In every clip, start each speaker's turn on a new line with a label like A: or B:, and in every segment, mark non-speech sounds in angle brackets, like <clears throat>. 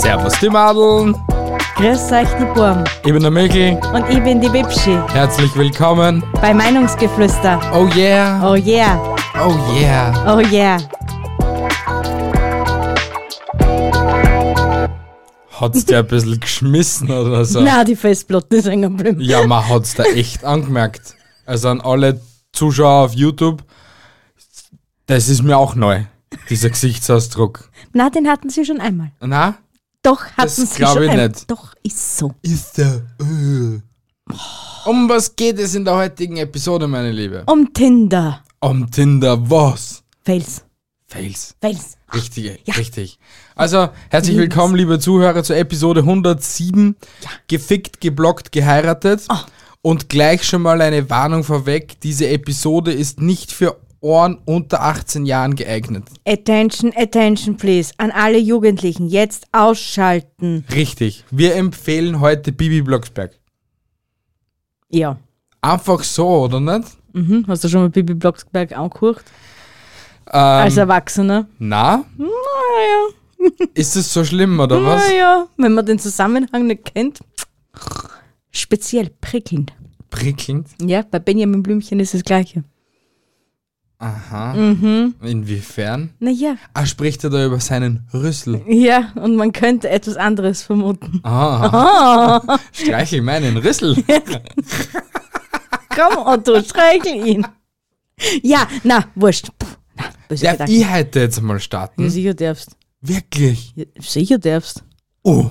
A: Servus die Madeln,
B: Grüß euch, die Burm.
A: ich bin der Michel,
B: Und ich bin die Bibschi
A: herzlich willkommen.
B: bei Meinungsgeflüster.
A: Oh yeah,
B: Oh yeah,
A: oh yeah.
B: oh yeah.
A: Hat's dir ein bisschen geschmissen oder so?
B: Na, die Festplatte ist eingeblieben.
A: Ja, man hat's da echt angemerkt. Also an alle Zuschauer auf YouTube, das ist mir auch neu, dieser Gesichtsausdruck.
B: Na, den hatten sie schon einmal.
A: Na?
B: Doch, hatten
A: Das
B: sie
A: glaub
B: schon
A: ich
B: einmal.
A: nicht.
B: Doch, ist so.
A: Ist der. äh. Um was geht es in der heutigen Episode, meine Liebe?
B: Um Tinder.
A: Um Tinder was?
B: Fails.
A: Fails.
B: Fails.
A: Richtig, richtig. Also, herzlich willkommen, liebe Zuhörer, zur Episode 107. Gefickt, geblockt, geheiratet. Und gleich schon mal eine Warnung vorweg: Diese Episode ist nicht für Ohren unter 18 Jahren geeignet.
B: Attention, attention, please. An alle Jugendlichen. Jetzt ausschalten.
A: Richtig. Wir empfehlen heute Bibi Blocksberg.
B: Ja.
A: Einfach so, oder nicht?
B: Hm, hast du schon mal Bibi Blocksberg angehört?
A: Ähm.
B: Als Erwachsener?
A: Na?
B: Naja,
A: Ist es so schlimm, oder was?
B: naja. Wenn man den Zusammenhang nicht kennt. Speziell prickelnd.
A: Prickelnd.
B: Ja, bei Benjamin Blümchen ist das Gleiche.
A: Aha. Inwiefern?
B: Naja.
A: Ah, spricht er da über seinen Rüssel?
B: Ja, und man könnte etwas anderes vermuten.
A: Ah. Streichel meinen Rüssel.
B: <laughs> Komm, Otto, streichel ihn. Ja, na, wurscht. Puh, na, böse
A: Darf
B: Gedanken.
A: ich heute jetzt mal starten?
B: Ja, sicher darfst.
A: Wirklich?
B: Ja, sicher darfst.
A: Oh.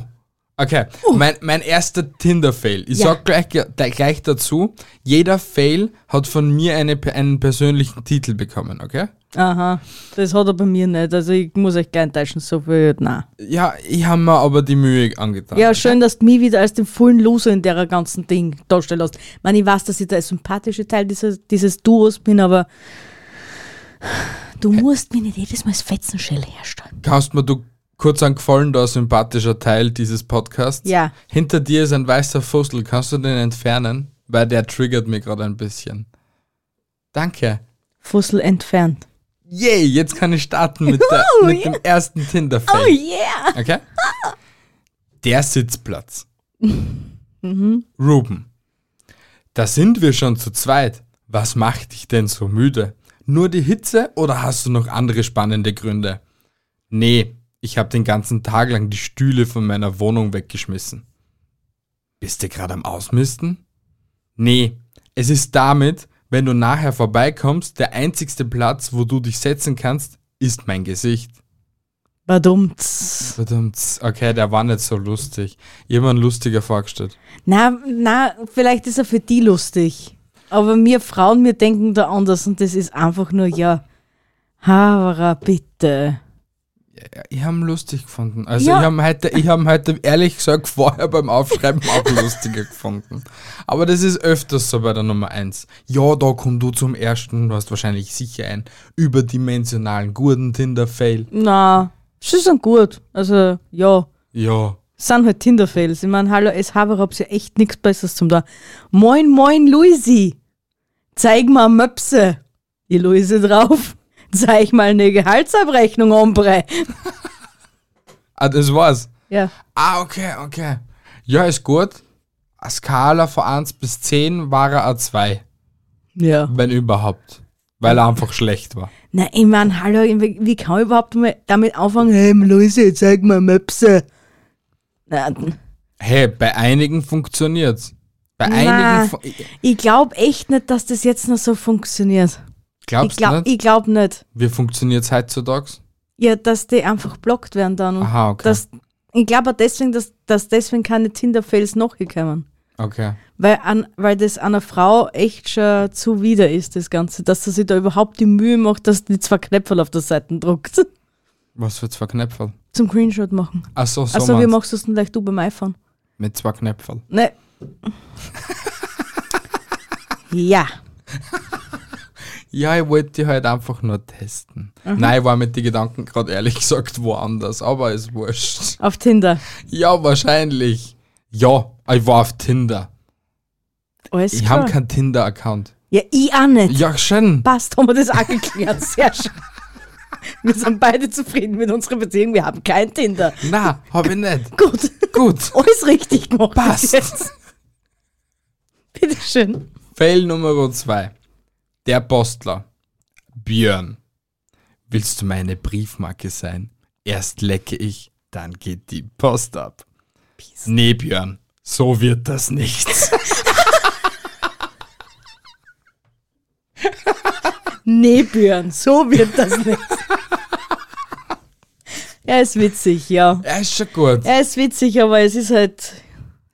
A: Okay, mein, mein erster Tinder-Fail. Ich
B: Oh. Ja.
A: sag gleich, da- gleich dazu, jeder Fail hat von mir eine, pe- einen persönlichen Titel bekommen, okay?
B: Aha, das hat er bei mir nicht. Also ich muss euch gleich enttäuschen, so viel, na.
A: Ja, ich habe mir aber die Mühe angetan.
B: Ja, schön, dass du mich wieder als den vollen Loser in der ganzen Ding darstellen lässt. Ich meine, ich weiß, dass ich der sympathische Teil dieses, dieses Duos bin, aber du musst mir nicht jedes Mal das Fetzenschell herstellen.
A: Kannst mir du kurz einen Gefallen, da ein sympathischer Teil dieses Podcasts?
B: Ja.
A: Hinter dir ist ein weißer Fussel, kannst du den entfernen? Weil der triggert mir gerade ein bisschen. Danke.
B: Fussel entfernt.
A: Yay, jetzt kann ich starten mit, der,
B: <laughs> Oh,
A: mit
B: ja.
A: dem ersten Tinder-Fail.
B: Oh yeah!
A: Okay? Der Sitzplatz. Ruben. Da sind wir schon zu zweit. Was macht dich denn so müde? Nur die Hitze oder hast du noch andere spannende Gründe? Nee, ich habe den ganzen Tag lang die Stühle von meiner Wohnung weggeschmissen. Bist du gerade am Ausmisten? Nee, es ist damit, wenn du nachher vorbeikommst, der einzigste Platz, wo du dich setzen kannst, ist mein Gesicht.
B: Badumts.
A: Verdammt, okay, der war nicht so lustig. Jemand lustiger vorgestellt.
B: Na, na, vielleicht ist er für die lustig. Aber wir Frauen, wir denken da anders und das ist einfach nur, ja, Havara, bitte.
A: Ja, Ich habe ihn lustig gefunden. Also
B: Ja.
A: ich habe ihn heute, ich hab ihn heute ehrlich gesagt vorher beim Aufschreiben auch <laughs> lustiger gefunden. Aber das ist öfters so bei der Nummer 1. Ja, da komm du zum ersten, du hast wahrscheinlich sicher einen überdimensionalen guten Tinder-Fail.
B: Na, sie sind gut. Also, ja,
A: Ja.
B: sind halt Tinder-Fails. Ich meine, hallo, es Havara, hab's ja echt nichts Besseres zum da. Moin, moin, Luisi. Zeig mal Möpse. Die Luise drauf. <laughs> Zeig mal eine Gehaltsabrechnung, Ombre.
A: Ah, das war's.
B: Ja.
A: Ah, okay, okay. Ja, ist gut. A Skala von 1 bis 10 war er A2,
B: Ja.
A: wenn überhaupt. Weil er einfach schlecht war.
B: Na, ich mein, hallo, wie wie kann ich überhaupt mal damit anfangen? Hey, Luise, zeig mal Möpse. Na,
A: Hey, bei einigen funktioniert's. Bei einigen. Fu
B: ich glaube echt nicht, dass das jetzt noch so funktioniert.
A: glaubst
B: ich glaube
A: du nicht?
B: ich glaub nicht.
A: Wie funktioniert's heutzutage?
B: Ja, dass die einfach blockt werden dann. und
A: Aha, okay.
B: Dass, ich glaube deswegen, dass, dass deswegen keine Tinder-Fails noch gekommen.
A: Okay.
B: Weil, an, weil das einer Frau echt schon zuwider ist, das Ganze. Dass sie sich da überhaupt die Mühe macht, dass die zwei Knöpfe auf der Seite druckt. <laughs>
A: Was für zwei Knöpfe?
B: Zum Screenshot machen.
A: Achso, so,
B: Achso,
A: meinst
B: wie
A: du.
B: machst du es denn gleich du beim iPhone?
A: Mit zwei Knöpfen.
B: Ne. ja.
A: Ja, ich wollte die halt einfach nur testen.
B: Mhm.
A: Nein, ich war mit den Gedanken gerade ehrlich <laughs> gesagt woanders, aber ist wurscht.
B: Auf Tinder.
A: Ja, wahrscheinlich. Ja, ich war auf Tinder.
B: Alles
A: Ich
B: klar.
A: habe keinen Tinder-Account.
B: ja, ich auch nicht.
A: Ja, schön.
B: Passt, haben wir das auch geklärt. Sehr schön. Wir sind beide zufrieden mit unserer Beziehung. Wir haben kein Tinder.
A: Na, habe ich nicht.
B: Gut.
A: Gut.
B: Alles richtig gemacht. bis jetzt.
A: Passt.
B: Bitteschön.
A: Fail Nummer zwei. Der Postler. Björn. Willst du meine Briefmarke sein? Erst lecke ich, dann geht die Post ab. Nee, Björn. So wird das
B: <laughs>
A: nichts.
B: Nee, Björn, so wird das nicht. er ist witzig, ja.
A: er ist schon gut.
B: Er ist witzig, aber es ist halt.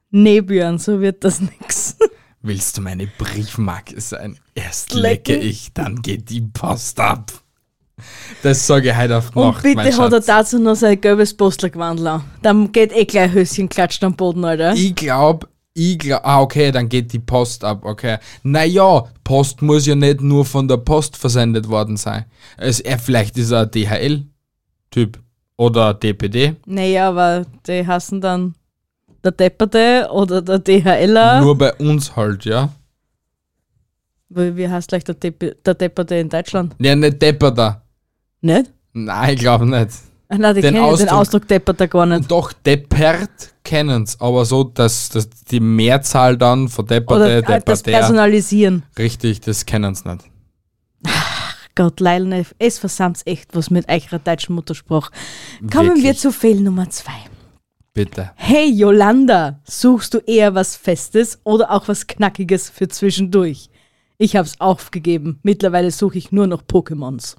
B: Nee, Björn, so wird das nix.
A: Willst du meine Briefmarke sein? Erst
B: Lecke.
A: lecke ich, dann geht die Post ab. Das sage ich heute auf
B: Und
A: Nacht, mein
B: bitte hat er
A: Schatz.
B: dazu noch sein gelbes Postelgewandel an. Dann geht eh gleich Höschen klatscht am Boden, Alter.
A: Ich glaube, ich glaub, ah, okay, dann geht die Post ab, okay. Naja, Post muss ja nicht nur von der Post versendet worden sein. Es, er, vielleicht ist er ein DHL-Typ oder DPD.
B: Naja, aber die hassen dann der Depperte oder der DHLer.
A: Nur bei uns halt, ja.
B: Wie, wie heißt gleich der, Depp, der Depperte in Deutschland?
A: Ja, nicht Depperter.
B: Nicht?
A: Nein, ich glaube nicht.
B: Ach nein, die
A: Den
B: kennen den
A: Ausdruck-
B: Ausdruck Depperte gar nicht.
A: Doch, deppert kennen's, aber so, dass, dass die Mehrzahl dann von
B: Oder
A: depperte,
B: äh, das
A: depperter.
B: Personalisieren.
A: Richtig, das kennen's nicht.
B: Gott, Leilne, es versammt echt was mit eurer deutschen Muttersprache. Kommen wir
A: Wirklich.
B: zu Fail Nummer zwei.
A: Bitte.
B: Hey Yolanda, suchst du eher was Festes oder auch was Knackiges für zwischendurch? Ich hab's aufgegeben. Mittlerweile suche ich nur noch Pokémons.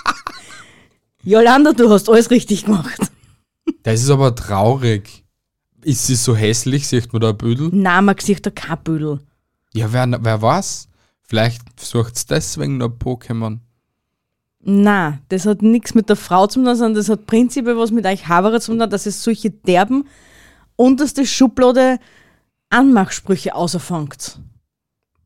B: <laughs> Yolanda, du hast alles richtig gemacht.
A: Das ist aber traurig. Ist sie so hässlich? Sieht man da ein Büdel?
B: Na, man sieht da kein Büdel.
A: Ja, wer, wer weiß? Vielleicht sucht's deswegen noch Pokémon.
B: Na, das hat nichts mit der Frau zu tun, sondern das hat prinzipiell was mit euch Haberer zu tun, dass es solche derben, unterste Schublade Anmachsprüche auserfangt.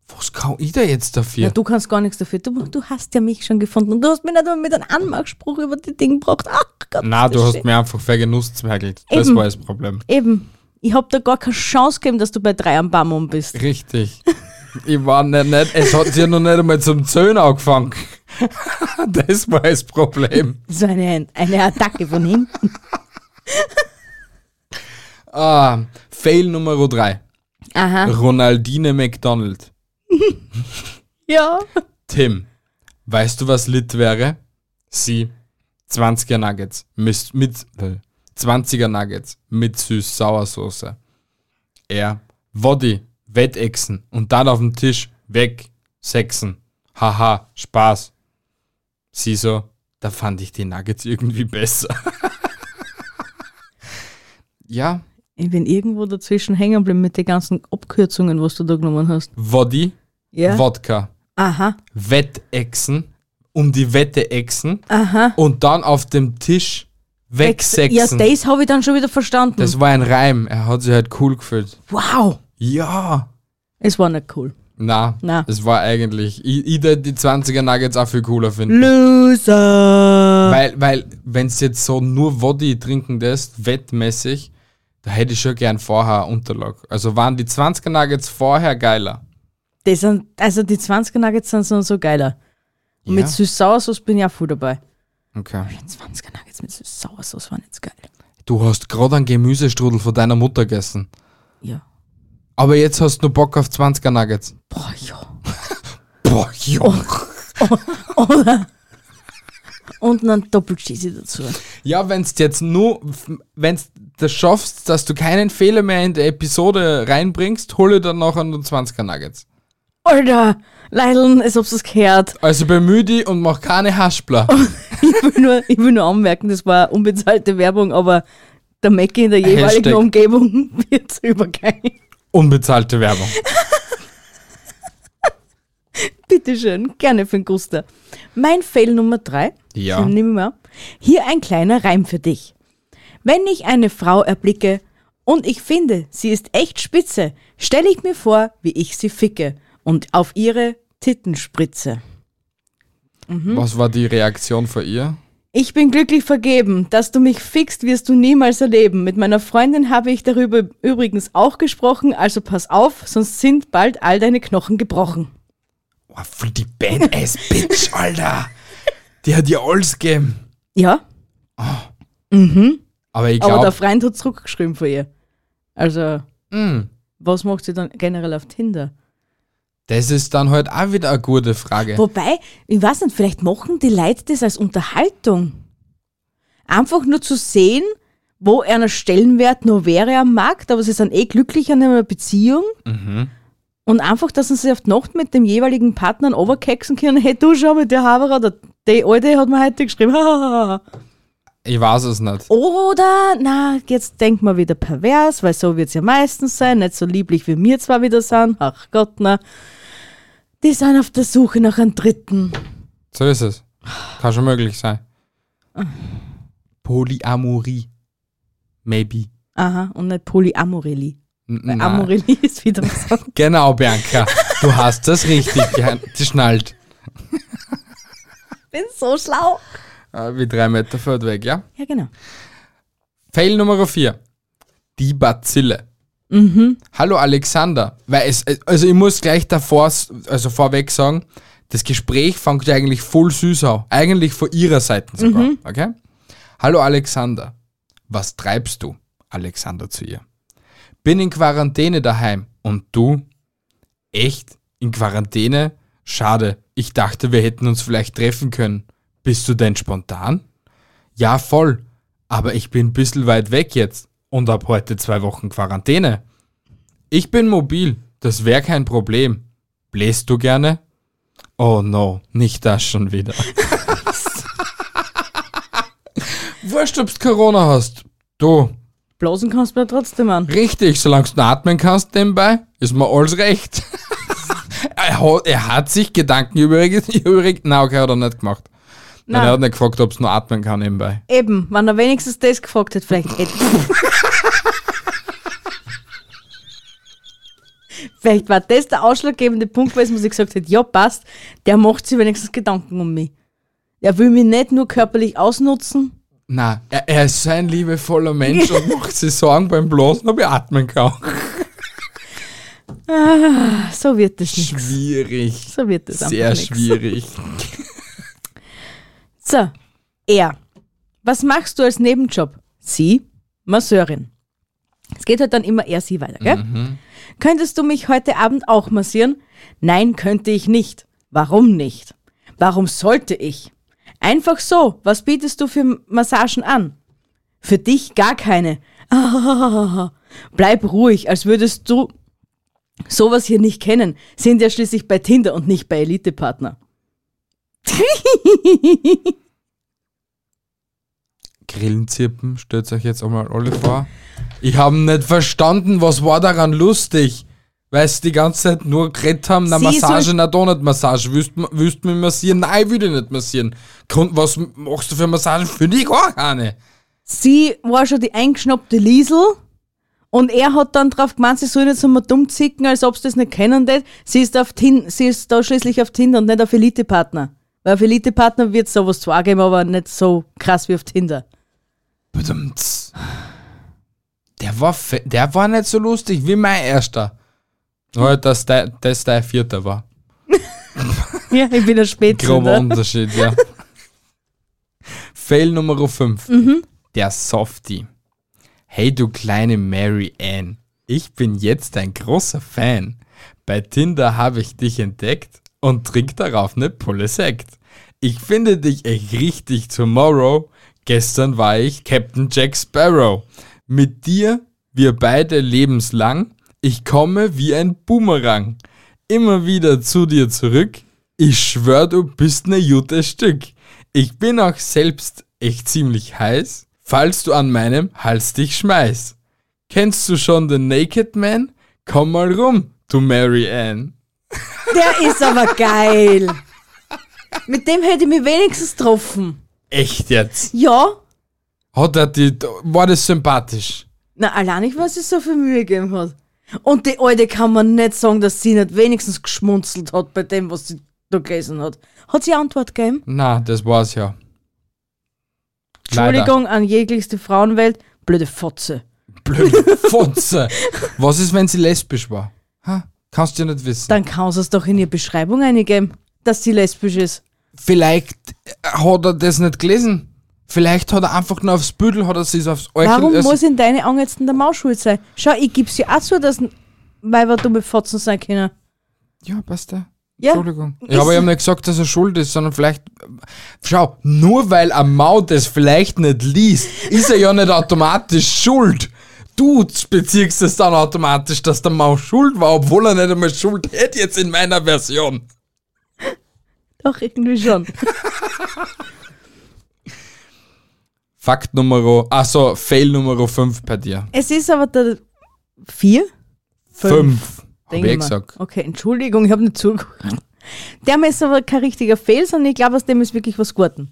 A: Was kann ich da jetzt dafür?
B: Ja, du kannst gar nichts dafür. Du, du hast ja mich schon gefunden und du hast mir nicht mal mit einem Anmachspruch über die Dinge gebracht. Ach Gott.
A: Na,
B: ist
A: du
B: das
A: hast
B: schön.
A: mir einfach vergenusszwergelt. Das
B: Eben.
A: war das Problem.
B: Eben. Ich hab da gar keine Chance gegeben, dass du bei drei am Bammum bist.
A: Richtig. <laughs> ich war nicht, nicht, es hat sich ja noch nicht einmal zum Zöhn angefangen. <laughs> das war das Problem.
B: So eine, eine Attacke
A: <laughs>
B: von hinten.
A: Ah, Fail Nummer 3.
B: Aha.
A: Ronaldine McDonald.
B: Ja.
A: Tim, weißt du, was Lit wäre? Sie. 20er Nuggets mit, mit äh, 20er Nuggets mit süß-sauersoße. Er. Woddy, Wettechsen und dann auf dem Tisch weg, sechsen. Haha, Spaß. Sie so, da fand ich die Nuggets irgendwie besser. <laughs> ja,
B: Ich bin irgendwo dazwischen hängen geblieben mit den ganzen Abkürzungen, was du da genommen hast.
A: Woddy,
B: Ja.
A: Wodka.
B: Aha.
A: Wettechsen, um die Wetteechsen und dann auf dem Tisch
B: Ja,
A: wegsexen.
B: das habe ich dann schon wieder verstanden.
A: das war ein Reim, er hat sich halt cool gefühlt.
B: wow.
A: Ja.
B: Es war nicht cool.
A: Na,
B: Na.
A: es war eigentlich, ich, ich würd die 20er Nuggets auch viel cooler finden.
B: Loser.
A: Weil, weil wenn es jetzt so nur Woddy trinken lässt, wettmäßig, da hätte ich schon gern vorher einen Unterlag. Also waren die 20er Nuggets vorher geiler.
B: Das sind, also die 20er Nuggets sind so, so geiler. Und
A: Ja.
B: mit Süß-Sauersoße bin ich auch voll dabei.
A: Okay.
B: 20er Nuggets mit Süß-Sauersoße waren jetzt geil.
A: Du hast gerade einen Gemüsestrudel von deiner Mutter gegessen.
B: Ja.
A: Aber jetzt hast du Bock auf 20er Nuggets.
B: Boah, Ah, ja.
A: Boah, ja.
B: Und dann Doppelcheesy dazu.
A: Ja, wenn's jetzt nur, wenn's das schaffst, dass du keinen Fehler mehr in der Episode reinbringst, hole dann noch einen 20er Nuggets.
B: Alter, Leideln, als ob es gehört.
A: Also bemühe dich und mach keine Haschbler.
B: Ich will, nur, ich will nur anmerken, das war unbezahlte Werbung, aber der Mackie in der jeweiligen
A: Hashtag.
B: Umgebung <laughs> wird übergeil.
A: Unbezahlte Werbung.
B: Bitteschön, gerne für den Guster. Mein Fail Nummer drei
A: Ja.
B: Dann nehmen wir mal. Hier ein kleiner Reim für dich. Wenn ich eine Frau erblicke und ich finde, sie ist echt spitze, stelle ich mir vor, wie ich sie ficke und auf ihre Titten spritze.
A: Was war die Reaktion von ihr?
B: Ich bin glücklich vergeben. Dass du mich fickst, wirst du niemals erleben. Mit meiner Freundin habe ich darüber übrigens auch gesprochen, also pass auf, sonst sind bald all deine Knochen gebrochen.
A: Oh, voll die Badass Bitch, Alter. Die hat ihr alles gegeben.
B: Ja,
A: Aber ich
B: aber der
A: glaube,
B: Freund hat zurückgeschrieben von ihr. Also, was macht sie dann generell auf Tinder?
A: das ist dann halt auch wieder eine gute Frage.
B: Wobei, ich weiß nicht, vielleicht machen die Leute das als Unterhaltung. Einfach nur zu sehen, wo einer Stellenwert noch wäre am Markt, aber sie sind eh glücklich an einer Beziehung. Und einfach, dass sie sich auf die Nacht mit dem jeweiligen Partner overkexen können. Hey, du schau mal, der Haberer oder die Alte hat mir heute geschrieben. <laughs>
A: Ich weiß es nicht.
B: Oder, na, jetzt denkt man wieder pervers, weil so wird's ja meistens sein, nicht so lieblich wie wir zwar wieder sind. Ach Gott, na. Die sind auf der Suche nach einem Dritten.
A: So ist es. Kann schon möglich sein. Polyamorie. Maybe.
B: Aha, und nicht Polyamorelli.
A: N-
B: Weil
A: nein.
B: Amorelli <laughs> ist wieder was anderes.
A: Genau, Bianca. Du hast das richtig ge- geschnallt.
B: Ich bin so schlau.
A: Äh, Wie drei Meter fort weg, ja?
B: Ja, genau.
A: Fail Nummer 4. Die Bazille. Hallo Alexander. Weil es, also ich muss gleich davor, s- also vorweg sagen, das Gespräch fängt ja eigentlich voll süß an. Eigentlich von ihrer Seite sogar. Okay? Hallo Alexander. Was treibst du? Alexander zu ihr. Bin in Quarantäne daheim. Und du? Echt? In Quarantäne? Schade. Ich dachte, wir hätten uns vielleicht treffen können. Bist du denn spontan? Ja, voll. Aber ich bin ein bisschen weit weg jetzt und ab heute zwei Wochen Quarantäne. Ich bin mobil, das wäre kein Problem. Bläst du gerne? Oh no, nicht das schon wieder. <laughs> Wurscht, ob's Corona hast. Du,
B: Blasen kannst du mir trotzdem an.
A: richtig, solange du atmen kannst nebenbei, ist mir alles recht. <laughs> er, hat, er hat sich Gedanken über... <laughs> über na okay, hat er nicht gemacht. Nein.
B: Nein.
A: Er hat nicht gefragt, ob's nur atmen kann nebenbei.
B: Eben, wenn er wenigstens das gefragt hätte, vielleicht hätte. vielleicht war das der ausschlaggebende Punkt, weil ich gesagt hätte, ja, passt, der macht sich wenigstens Gedanken um mich. Er will mich nicht nur körperlich ausnutzen.
A: Na, er, er ist so ein liebevoller Mensch
B: <laughs>
A: und macht sich Sorgen beim Bloßen, ob ich atmen kann.
B: So wird das nicht.
A: Schwierig.
B: So wird das
A: Sehr
B: einfach nix.
A: schwierig.
B: So, er. Was machst du als Nebenjob? Sie, Masseurin. Es geht halt dann immer er, sie weiter, gell? Könntest du mich heute Abend auch massieren? Nein, könnte ich nicht. Warum nicht? Warum sollte ich? Einfach so. Was bietest du für Massagen an? Für dich gar keine. <laughs> Bleib ruhig, als würdest du sowas hier nicht kennen. Sind ja schließlich bei Tinder und nicht bei Elitepartner.
A: Grillenzirpen, stellt euch jetzt einmal alle vor. Ich habe nicht verstanden, was war daran lustig. Weil sie die ganze Zeit nur geredet haben, na
B: Sie
A: Massage,
B: soll-
A: na Donut-Massage. Willst, du- willst du mich massieren? Nein, ich will dich nicht massieren. Grund, was machst du für Massagen? Für dich gar keine.
B: sie war schon die eingeschnappte Liesel und er hat dann drauf gemeint, sie soll nicht so mal dumm zicken, als ob sie das nicht kennen tät. Sie ist, auf Tin sie ist da schließlich auf Tinder und nicht auf Elite-Partner. Weil auf Elite-Partner wird sowas zwar geben, aber nicht so krass wie auf Tinder.
A: Badumts. Der war, fe- der war nicht so lustig wie mein erster. Nur, dass der, dass der vierter war.
B: Ja, ich bin
A: Grober
B: ein Spätzünder.
A: Unterschied, ja. Fail Nummer 5. Der Softie. Hey du kleine Mary Ann, ich bin jetzt ein großer Fan. Bei Tinder habe ich dich entdeckt und trink darauf ne Pulle Sekt. Ich finde dich echt richtig tomorrow. Gestern war ich Captain Jack Sparrow. Mit dir, wir beide lebenslang. Ich komme wie ein Boomerang. Immer wieder zu dir zurück. Ich schwör, du bist ne gutes Stück. Ich bin auch selbst echt ziemlich heiß, falls du an meinem Hals dich schmeißt. Kennst du schon den Naked Man? Komm mal rum, du Mary Ann.
B: Der ist aber geil. Mit dem hätte ich mich wenigstens getroffen.
A: Echt jetzt?
B: Ja,
A: Hat er die, war das sympathisch?
B: na, allein ich, was es so viel Mühe gegeben hat. Und die Alte kann man nicht sagen, dass sie nicht wenigstens geschmunzelt hat bei dem, was sie da gelesen hat. Hat sie Antwort gegeben?
A: Na, das war's ja. Leider.
B: Entschuldigung an jeglichste Frauenwelt, blöde Fotze.
A: Blöde Fotze. Was ist, wenn sie lesbisch war? Ha? Kannst du ja nicht wissen.
B: Dann kann sie es doch in ihre Beschreibung eingeben, dass sie lesbisch ist.
A: Vielleicht äh, hat er das nicht gelesen. Vielleicht hat er einfach nur aufs Büdel, hat er sich aufs Euchel.
B: Warum
A: also-
B: muss in deine Augen jetzt denn der Maus schuld sein? Schau, ich gib's ja auch so, dass Weiber dumme Fotzen sein können.
A: Ja, passt ja.
B: Ja.
A: Entschuldigung. Ja, aber ich habe nicht gesagt, dass er schuld ist, sondern vielleicht. Schau, nur weil ein Mau das vielleicht nicht liest, ist er ja nicht automatisch schuld. Du beziehst es dann automatisch, dass der Mau schuld war, obwohl er nicht einmal schuld hätte jetzt in meiner Version.
B: <laughs> Doch, irgendwie schon.
A: Fakt Nummer, also Fail Nummer 5 bei dir.
B: es ist aber der vier?
A: Fünf. Hab ich
B: Denke
A: eh
B: mal.
A: gesagt.
B: Okay, Entschuldigung, ich habe nicht zugehört. Der mir ist aber kein richtiger Fehl, sondern ich glaube, aus dem ist wirklich was Guten.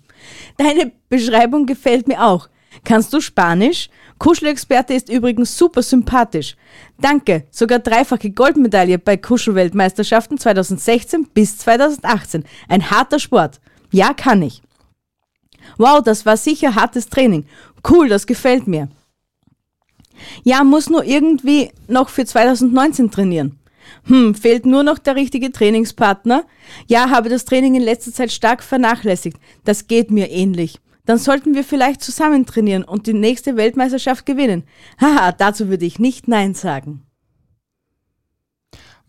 B: Deine Beschreibung gefällt mir auch. Kannst du Spanisch? Kuschelexperte ist übrigens super sympathisch. Danke, sogar dreifache Goldmedaille bei Kuschelweltmeisterschaften 2016 bis 2018. Ein harter Sport. Ja, kann ich. Wow, das war sicher hartes Training. Cool, das gefällt mir. Ja, muss nur irgendwie noch für 2019 trainieren. Hm, fehlt nur noch der richtige Trainingspartner? Ja, habe das Training in letzter Zeit stark vernachlässigt. Das geht mir ähnlich. Dann sollten wir vielleicht zusammen trainieren und die nächste Weltmeisterschaft gewinnen. Haha, dazu würde ich nicht Nein sagen.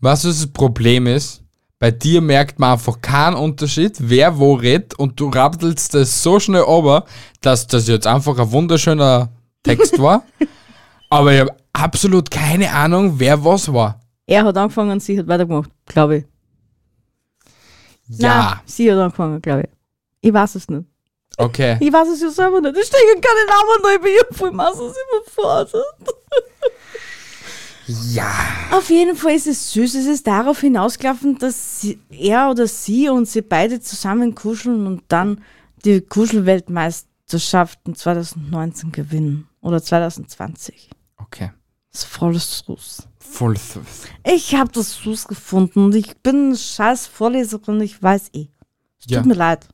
A: Was ist das Problem ist? Bei dir merkt man einfach keinen Unterschied, wer wo redet und du rappelst das so schnell runter, dass das jetzt einfach ein wunderschöner Text
B: <laughs>
A: war. Aber ich habe absolut keine Ahnung, wer was war.
B: Er hat angefangen, sie hat weitergemacht, glaube ich. Nein,
A: Ja,
B: sie hat angefangen, glaube ich. Ich weiß es nicht.
A: okay.
B: Ich weiß es ja selber nicht. Ich stecke keinen Namen da, ich bin ja voll masslos überfordert.
A: Ja.
B: Auf jeden Fall ist es süß. Es ist darauf hinausgelaufen, dass sie, er oder sie und sie beide zusammen kuscheln und dann die Kuschelweltmeisterschaften 2019 gewinnen. Oder 2020.
A: Okay.
B: Das ist voll süß.
A: Voll. th-
B: Ich habe das süß gefunden und ich bin eine scheiß Vorleserin, ich weiß eh. Es
A: Ja.
B: tut mir leid.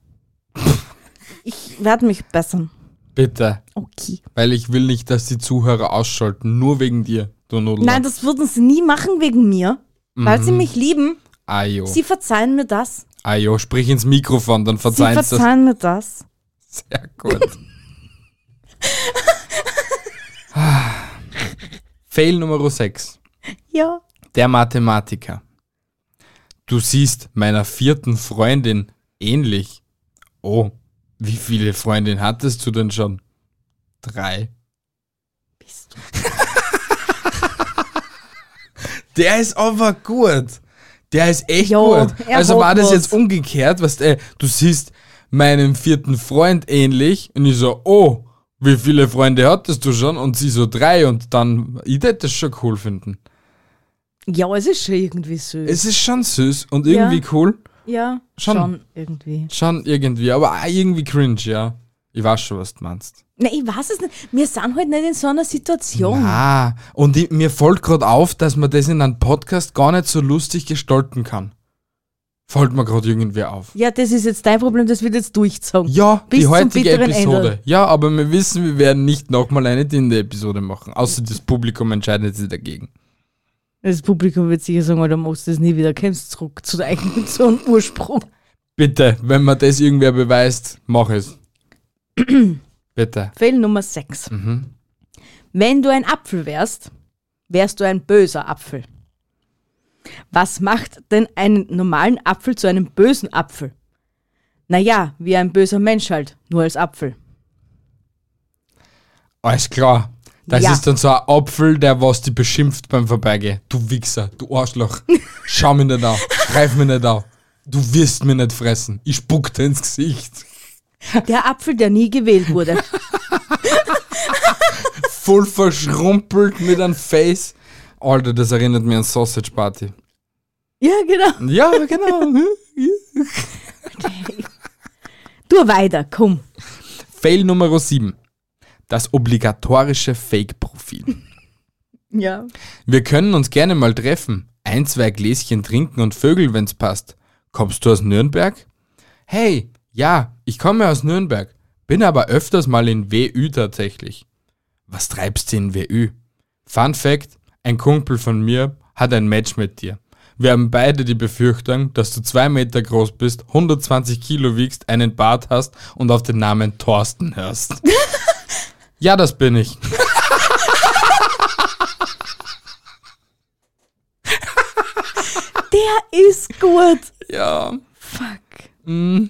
B: Ich werde mich bessern.
A: Bitte.
B: Okay.
A: Weil ich will nicht, dass die Zuhörer ausschalten. Nur wegen dir, du Nudel.
B: Nein, das würden sie nie machen wegen mir, weil
A: Mhm.
B: sie mich lieben.
A: Ajo.
B: Sie verzeihen mir das.
A: Ajo, sprich ins Mikrofon, dann
B: Sie
A: verzeihen sie das.
B: verzeihen mir das.
A: Sehr gut. <laughs> Fail Nummer 6.
B: Ja.
A: Der Mathematiker. Du siehst meiner vierten Freundin ähnlich. Oh, wie viele Freundinnen hattest du denn schon? Drei.
B: Bist
A: Der ist aber gut. Der ist echt
B: Jo,
A: gut.
B: er
A: Also
B: hat
A: war das
B: was.
A: jetzt umgekehrt, was äh, du siehst meinem vierten Freund ähnlich und ich so, oh, wie viele Freunde hattest du schon? Und sie so drei und dann, ich hätte das schon cool finden.
B: Ja, es ist schon irgendwie süß.
A: Es ist schon süß und irgendwie
B: Ja.
A: cool,
B: ja,
A: schon.
B: schon. irgendwie.
A: schon irgendwie, aber auch irgendwie cringe, ja. Ich weiß schon, was du meinst.
B: Ne, ich weiß es nicht. Wir sind halt nicht in so einer Situation.
A: Ah, und ich, mir fällt gerade auf, dass man das in einem Podcast gar nicht so lustig gestalten kann. Fällt mir gerade irgendwie auf.
B: Ja, das ist jetzt dein Problem, das wird jetzt durchgezogen.
A: Ja,
B: Bis
A: die
B: zum
A: heutige
B: bitteren
A: Episode.
B: Ende.
A: Ja, aber wir wissen, wir werden nicht nochmal eine Tinder-Episode machen. Außer das Publikum entscheidet sich dagegen.
B: Das Publikum wird sicher sagen, Alter, machst du das nie wieder, kommst zurück zu deinem <laughs> so einem Ursprung.
A: Bitte, wenn man das irgendwer beweist, mach
B: <clears throat>
A: es. Bitte.
B: Fehl Nummer 6.
A: Mhm.
B: Wenn du ein Apfel wärst, wärst du ein böser Apfel. Was macht denn einen normalen Apfel zu einem bösen Apfel? Naja, wie ein böser Mensch halt, nur als Apfel.
A: Alles klar. Das
B: Ja.
A: ist dann so ein Apfel, der was die beschimpft beim Vorbeigehen. Du Wichser, du Arschloch. Schau mich nicht an. Greif mich nicht an. Du wirst mich nicht fressen. Ich spuck dir ins Gesicht.
B: Der Apfel, der nie gewählt wurde.
A: Voll verschrumpelt mit einem Face. Alter, das erinnert mich an Sausage Party.
B: <laughs> ja, genau.
A: Ja,
B: <laughs>
A: genau.
B: Du weiter, komm.
A: Fail Nummer 7. Das obligatorische Fake-Profil.
B: Ja.
A: Wir können uns gerne mal treffen, ein, zwei Gläschen trinken und Vögel, wenn's passt. Kommst du aus Nürnberg? Hey, ja, ich komme aus Nürnberg, bin aber öfters mal in WÜ tatsächlich. Was treibst du in WÜ? Fun Fact, ein Kumpel von mir hat ein Match mit dir. Wir haben beide die Befürchtung, dass du zwei Meter groß bist, 120 Kilo wiegst, einen Bart hast und auf den Namen Thorsten hörst. ja, das bin ich.
B: Der ist gut.
A: Ja.
B: Fuck.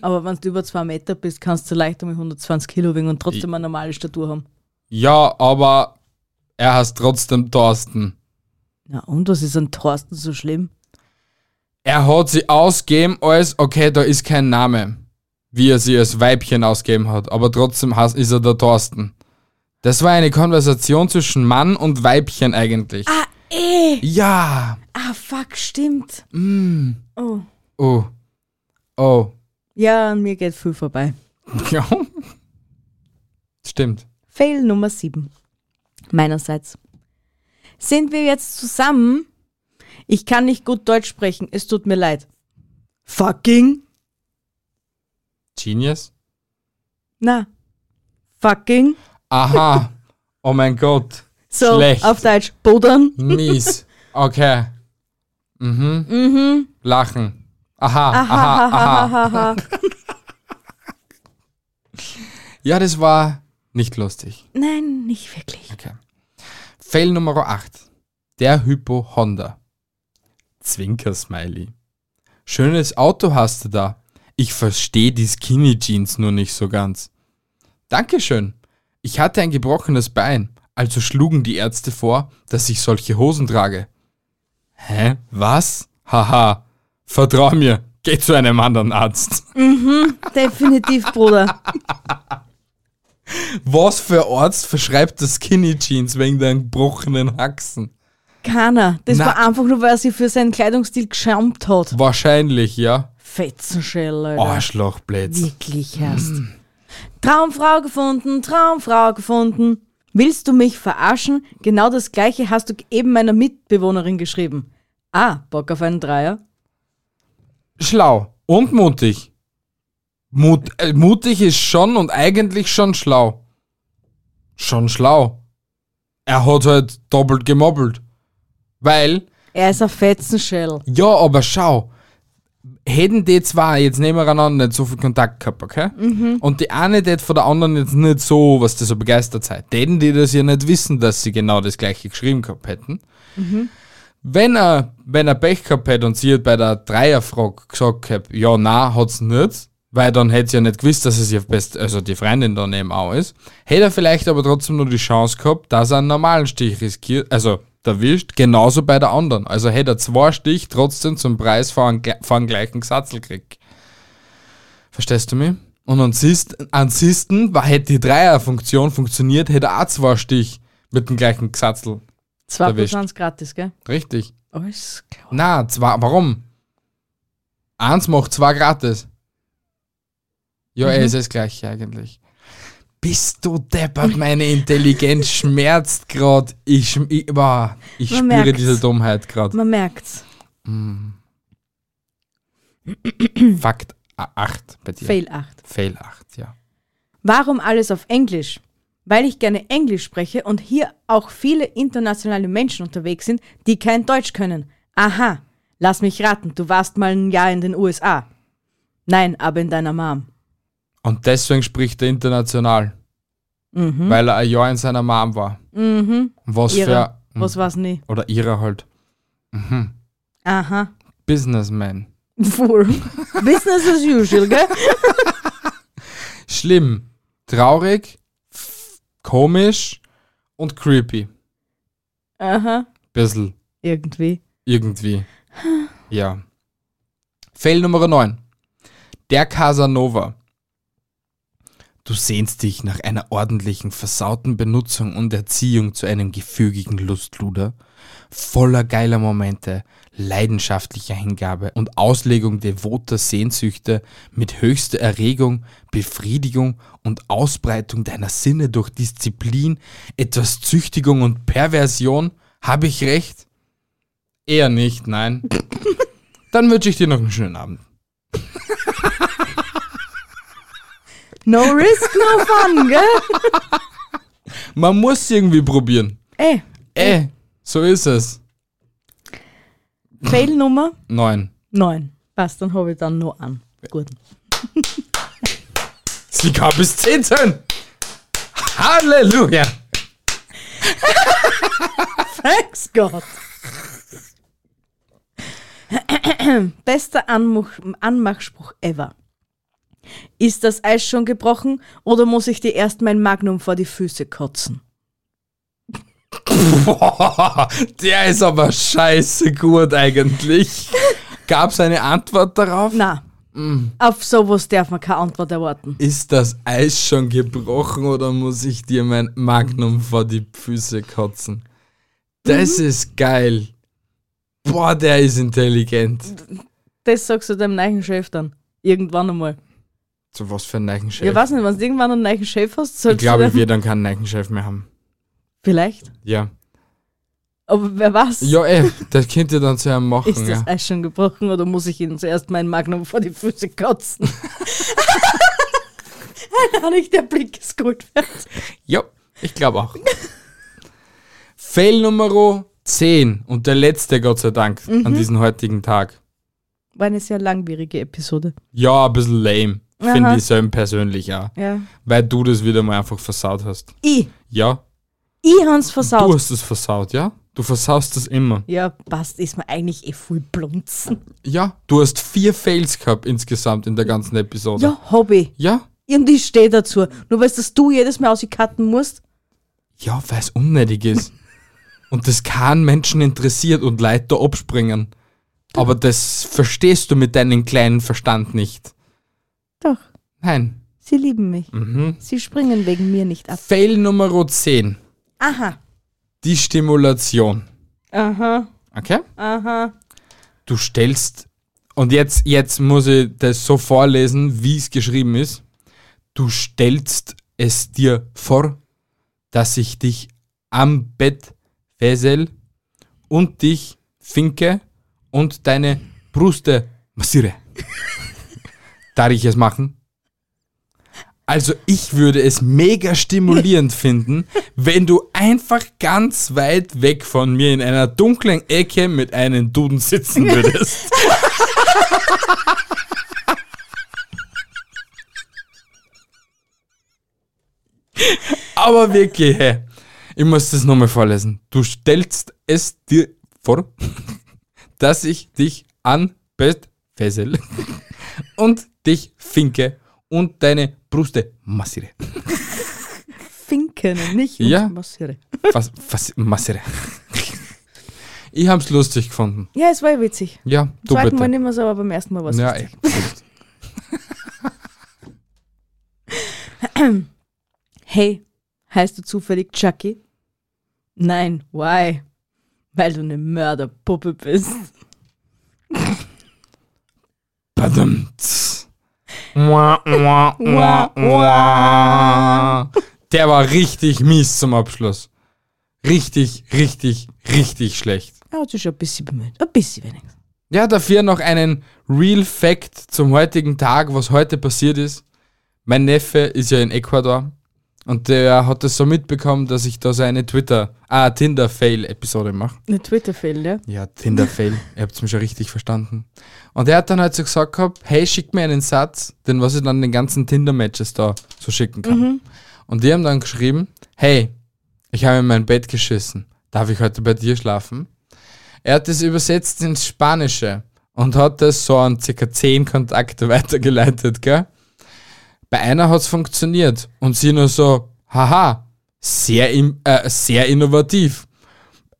B: Aber wenn du über zwei Meter bist, kannst du leicht um 120 Kilo wiegen und trotzdem eine normale Statur haben.
A: Ja, aber er heißt trotzdem Thorsten.
B: Na und, was ist an Thorsten so schlimm?
A: Er hat sie ausgeben als, okay, da ist kein Name, wie er sie als Weibchen ausgeben hat, aber trotzdem heißt, ist er der Thorsten. Das war eine Konversation zwischen Mann und Weibchen eigentlich.
B: Ah, eh.
A: Ja.
B: Ah, fuck, stimmt. Oh.
A: Oh. Oh. <laughs>
B: Ja, an mir geht viel vorbei.
A: Ja. Stimmt.
B: Fail Nummer 7. Meinerseits. Sind wir jetzt zusammen? Ich kann nicht gut Deutsch sprechen, es tut mir leid. Fucking?
A: Genius?
B: Na. Fucking?
A: Aha. Oh mein Gott.
B: So,
A: Schlecht.
B: auf Deutsch. Bodern?
A: Mies. Okay. Mhm. Mhm. Lachen. Aha. Aha. Aha.
B: Hahaha.
A: Ja, das war nicht lustig.
B: Nein, nicht wirklich.
A: Okay. Fail Nummer 8. Der Hypo Honda. Zwinker-Smiley. Schönes Auto hast du da. Ich verstehe die Skinny Jeans nur nicht so ganz. Dankeschön. Ich hatte ein gebrochenes Bein, also schlugen die Ärzte vor, dass ich solche Hosen trage. Hä? Was? Haha. Vertrau mir, geh zu einem anderen Arzt. <laughs>
B: Definitiv, Bruder.
A: Was für Arzt verschreibt das Skinny Jeans wegen deinen gebrochenen Haxen?
B: Keiner. Das
A: Na.
B: war einfach nur, weil er sich für seinen Kleidungsstil geschämt hat.
A: Wahrscheinlich, ja.
B: Fetzenschell, Alter.
A: Oh, Arschlochblitz.
B: Wirklich erst.
A: Mm.
B: Traumfrau gefunden, Traumfrau gefunden. Willst du mich verarschen? Genau das gleiche hast du eben meiner Mitbewohnerin geschrieben. Ah, Bock auf einen Dreier?
A: Schlau und mutig. Mut, äh, mutig ist schon und eigentlich schon schlau. Schon schlau. Er hat halt doppelt gemobbelt. Weil,
B: Er ist ein Fetzenschell.
A: ja, aber schau, hätten die zwei jetzt nebeneinander nicht so viel Kontakt gehabt, okay? Und die eine hätte von der anderen jetzt nicht so, was die so begeistert seid, hätten die das ja nicht wissen, dass sie genau das gleiche geschrieben gehabt hätten. Wenn er, wenn er Pech gehabt hätte und sie hat bei der Dreierfrage gesagt hat, ja, na, hat's nicht, weil dann hätte sie ja nicht gewusst, dass es ihr best, also die Freundin daneben auch ist, hätte er vielleicht aber trotzdem nur die Chance gehabt, dass er einen normalen Stich riskiert, also erwischt, genauso bei der anderen. Also hätte er zwei Stich trotzdem zum Preis von, einem gle- von einem gleichen Gesatzel gekriegt. Verstehst du mich? Und ansonsten, ansonsten war- hätte die Dreierfunktion funktioniert, hätte er auch zwei Stich mit dem gleichen Gesatzel.
B: Zwei plus
A: Erwischt.
B: eins gratis, gell?
A: Richtig.
B: Alles klar.
A: Na, zwei, warum? Eins macht zwei gratis. Ja,
B: Mhm.
A: es ist das gleiche eigentlich. Bist du deppert, meine
B: <laughs>
A: Intelligenz schmerzt grad. Ich, schm- ich, boah, ich
B: Man
A: spüre
B: merkt's.
A: diese Dummheit grad.
B: Man merkt's.
A: Fakt 8 bei dir.
B: Fail 8.
A: Fail 8, ja.
B: Warum alles auf Englisch? Weil ich gerne Englisch spreche und hier auch viele internationale Menschen unterwegs sind, die kein Deutsch können. Aha, lass mich raten, du warst mal ein Jahr in den USA. Nein, aber in deiner Mom.
A: Und deswegen spricht er international.
B: Mhm.
A: Weil er ein Jahr in seiner Mom war. Was
B: Ihre.
A: für.
B: Was war's nie?
A: Oder ihrer halt.
B: Aha.
A: Businessman.
B: Voll. Business as usual, gell?
A: Schlimm, traurig, f- komisch und creepy.
B: Aha.
A: Bissl.
B: Irgendwie.
A: Irgendwie. Ja. Fail Nummer 9. Der Casanova. Du sehnst dich nach einer ordentlichen, versauten Benutzung und Erziehung zu einem gefügigen Lustluder, voller geiler Momente, leidenschaftlicher Hingabe und Auslegung devoter Sehnsüchte mit höchster Erregung, Befriedigung und Ausbreitung deiner Sinne durch Disziplin, etwas Züchtigung und Perversion? Habe ich recht? Eher nicht, nein. <laughs> Dann wünsche ich dir noch einen schönen Abend.
B: No risk, no fun, gell?
A: Man muss irgendwie probieren.
B: Ey,
A: Äh, so ist es.
B: Fail Nummer
A: Neun.
B: 9. Passt, dann habe ich dann noch an. Gut.
A: Sie gab es Zinsen. Halleluja. <laughs>
B: Thanks Gott. Bester Anmuch Anmachspruch ever. Ist das Eis schon gebrochen oder muss ich dir erst mein Magnum vor die Füße kotzen?
A: Boah, der ist aber scheiße gut eigentlich. Gab es eine Antwort darauf?
B: Na,
A: Mm.
B: auf sowas darf man keine Antwort erwarten.
A: Ist das Eis schon gebrochen oder muss ich dir mein Magnum vor die Füße kotzen? Das ist geil. Boah, der ist intelligent.
B: Das sagst du deinem neuen Chef dann. Irgendwann einmal.
A: Zu was für ein Neichenchef?
B: Ich weiß nicht, wenn du irgendwann einen neuen Chef hast,
A: ich
B: sollst du
A: glaube,
B: dann,
A: wir dann keinen Neichenchef mehr haben.
B: Vielleicht.
A: Ja.
B: Aber wer weiß,
A: Ja, ey, das könnt ihr dann zu einem machen.
B: ist
A: ja.
B: das Eis schon gebrochen oder muss ich ihnen zuerst mein Magnum vor die Füße <laughs> kotzen? Nein, nicht der Blick ist gut wert.
A: Ja, ich glaube auch. <laughs> Fail Nummer 10 und der letzte, Gott sei Dank,
B: Mhm.
A: an diesem heutigen Tag.
B: War eine sehr langwierige Episode.
A: Ja, ein bisschen lame, finde
B: Aha.
A: ich selber persönlich auch.
B: Ja.
A: Weil du das wieder mal einfach versaut hast.
B: Ich,
A: Ja,
B: ich hab's
A: du
B: versaut.
A: hast es versaut, ja? Du versaust es immer.
B: Ja, passt, ist mir eigentlich eh voll blunzen.
A: Ja, du hast vier Fails gehabt insgesamt in der ganzen Episode.
B: Ja, Hobby.
A: Ja?
B: Und ich stehe dazu. Nur weißt du, dass du jedes Mal ausgekatten musst.
A: Ja, weil es unnötig ist. und das keinen Menschen interessiert und Leute abspringen. Aber das verstehst du mit deinem kleinen Verstand nicht.
B: Doch,
A: Nein.
B: sie lieben mich. Sie springen wegen mir nicht ab.
A: Fail Nummer 10.
B: Aha.
A: Die Stimulation.
B: Aha.
A: Okay?
B: Aha.
A: Du stellst, und jetzt, jetzt muss ich das so vorlesen, wie es geschrieben ist. Du stellst es dir vor, dass ich dich am Bett fesel und dich finke und deine Brüste
B: <laughs>
A: massiere. Darf ich es machen? Also ich würde es mega stimulierend finden, wenn du einfach ganz weit weg von mir in einer dunklen Ecke mit einem Duden sitzen würdest. Aber wirklich, hey, ich muss das nochmal vorlesen. Du stellst es dir vor, <laughs> dass ich dich an Bett fessel und dich finke und deine Brüste massiere.
B: Finken, nicht? und
A: Ja.
B: Massiere.
A: Was, was, <laughs> massiere. Ich hab's lustig gefunden.
B: Ja, es war ja witzig.
A: Ja, du
B: Zweiten Mal
A: bitte.
B: nicht mehr so, aber beim ersten Mal war es
A: Ja,
B: witzig.
A: ey.
B: Hey, heißt du zufällig Chucky? Nein, why? Weil du eine Mörderpuppe bist.
A: Badumts. Mua, mua, mua,
B: Mua,
A: mua. Der war richtig mies zum Abschluss. Richtig, richtig, richtig schlecht.
B: Er hat sich schon ein bisschen bemüht. Ein bisschen wenigstens.
A: Ja, dafür noch einen Real Fact zum heutigen Tag, was heute passiert ist. Mein Neffe ist ja in Ecuador und der hat es so mitbekommen, dass ich da so eine Twitter, ah, Tinder-Fail-Episode mache.
B: Eine Twitter-Fail, ja?
A: Ja, Tinder-Fail. Ihr habt's mir schon richtig verstanden. Und er hat dann halt so gesagt gehabt, hey, schick mir einen Satz, den was ich dann den ganzen Tinder-Matches da so schicken kann. Und die haben dann geschrieben, hey, ich habe in mein Bett geschissen. Darf ich heute bei dir schlafen? Er hat das übersetzt ins Spanische und hat das so an circa 10 Kontakte <laughs> weitergeleitet, gell? Bei einer hat's funktioniert und sie nur so, haha, sehr, im- äh, sehr innovativ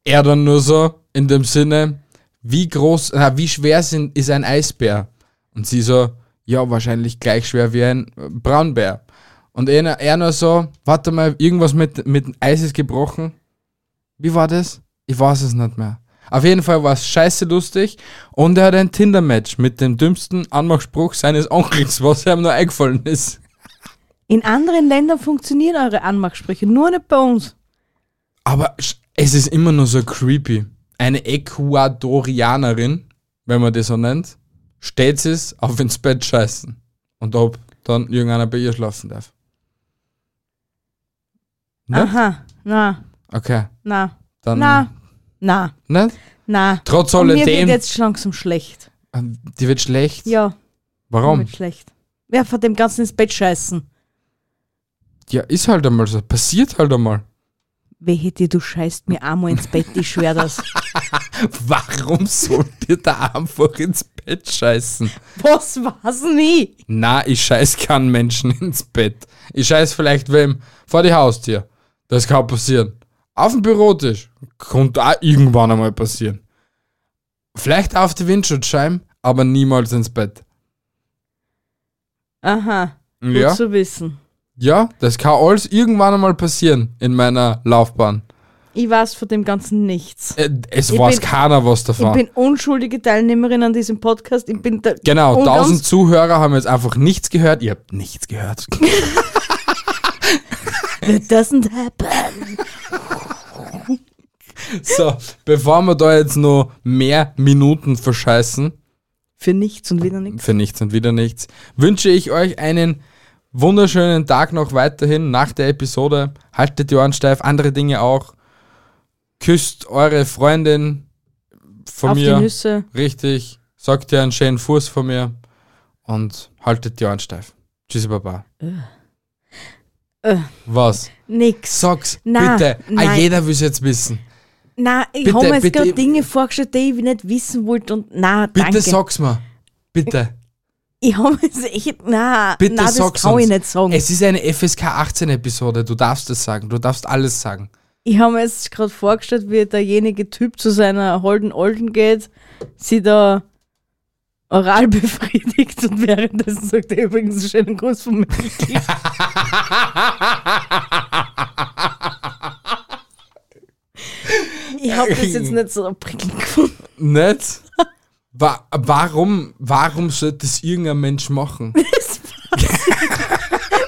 A: er dann nur so in dem Sinne, wie groß, na, wie schwer sind, ist ein Eisbär? Und sie so, ja, wahrscheinlich gleich schwer wie ein äh, Braunbär. Und er, er nur so, warte mal, irgendwas mit, mit dem Eis ist gebrochen. Wie war das? Ich weiß es nicht mehr. Auf jeden Fall war es scheiße lustig und er hat ein Tinder-Match mit dem dümmsten Anmachspruch seines Onkels, was ihm nur eingefallen ist.
B: In anderen Ländern funktionieren eure Anmachsprüche, nur nicht bei uns.
A: Aber sch- es ist immer nur so creepy. Eine Ecuadorianerin, wenn man das so nennt, stellt sich auf ins Bett scheißen. Und ob dann irgendeiner bei ihr schlafen darf. Ne?
B: Aha, na,
A: Okay,
B: na,
A: dann. ne?
B: na, na,
A: Nicht?
B: na.
A: Trotz
B: Und mir wird
A: alledem.
B: jetzt langsam schlecht.
A: Ah, Die wird schlecht.
B: Ja, mir
A: Warum?
B: wird schlecht. Wer von dem Ganzen ins Bett scheißen?
A: Ja, ist halt einmal so. Passiert halt einmal. <laughs>
B: Wehe dir, du scheißt mir einmal ins Bett, ich schwör <laughs> das.
A: Warum soll dir da einfach ins Bett scheißen?
B: Was war's nie?
A: Na, ich scheiß keinen Menschen <laughs> ins Bett. Ich scheiß vielleicht wem vor die Haustür. Das kann passieren. Auf dem Bürotisch. Konnte auch irgendwann einmal passieren. Vielleicht auf die Windschutzscheibe, aber niemals ins Bett.
B: Aha, gut
A: Ja,
B: zu wissen.
A: ja, das kann alles irgendwann einmal passieren in meiner Laufbahn.
B: Ich weiß von dem Ganzen nichts.
A: Äh, Es
B: Ich
A: weiß
B: bin-
A: keiner was
B: Ich
A: davon.
B: bin unschuldige Teilnehmerin an diesem Podcast. Ich bin da
A: Genau,
B: und ganz-
A: tausend Zuhörer haben jetzt einfach nichts gehört. Ihr habt nichts gehört. <laughs>
B: It doesn't happen.
A: so, bevor wir da jetzt noch mehr Minuten verscheißen,
B: Für nichts und wieder nichts.
A: für nichts und wieder nichts. Wünsche ich euch einen wunderschönen Tag noch weiterhin nach der Episode. Haltet die Ohren steif, andere Dinge auch. Küsst eure Freundin von
B: Auf
A: mir.
B: die Nüsse.
A: Richtig. Sagt ihr einen schönen Fuß von mir und haltet die Ohren steif. Tschüssi, Baba.
B: Äh.
A: Was?
B: Nix.
A: Sag's,
B: Na,
A: bitte. Ah,
B: nein.
A: jeder will's jetzt wissen.
B: Na, ich
A: Bitte,
B: habe mir jetzt
A: bitte.
B: gerade Dinge vorgestellt, die ich nicht wissen wollte und na,
A: Bitte
B: danke.
A: sag's mir. Bitte.
B: Ich habe jetzt echt, na,
A: Bitte
B: na, das
A: sag's
B: kann ich
A: uns.
B: nicht sagen.
A: Es ist eine FSK 18 Episode. Du darfst es sagen. Du darfst alles sagen.
B: Ich habe mir jetzt gerade vorgestellt, wie derjenige Typ zu seiner holden Olden geht, sie da oral <laughs> befriedigt und währenddessen sagt er übrigens einen schönen Gruß von mir. ich habe das jetzt nicht so prickelnd gefunden. <laughs>
A: Nicht? Wa warum, warum sollte das irgendein Mensch
B: <laughs>
A: machen?
B: Das weiß ich,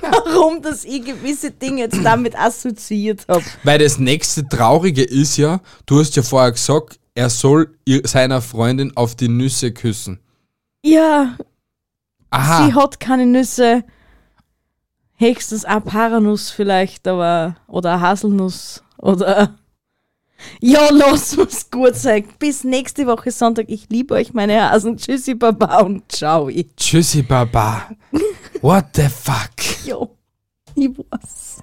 B: Warum, dass ich gewisse Dinge jetzt damit assoziiert habe.
A: Weil das nächste Traurige ist ja, du hast ja vorher gesagt, er soll ihr, seiner Freundin auf die Nüsse küssen.
B: Ja,
A: Aha.
B: Sie hat keine Nüsse. Höchstens eine Paranuss vielleicht, aber oder eine Haselnuss oder. <laughs> Ja, lass uns gut sein. Bis nächste Woche Sonntag. Ich liebe euch, meine Hasen. Tschüssi, Baba und ciao. Ja,
A: Tschüssi, Baba.
B: <laughs>
A: What the fuck?
B: ich weiß.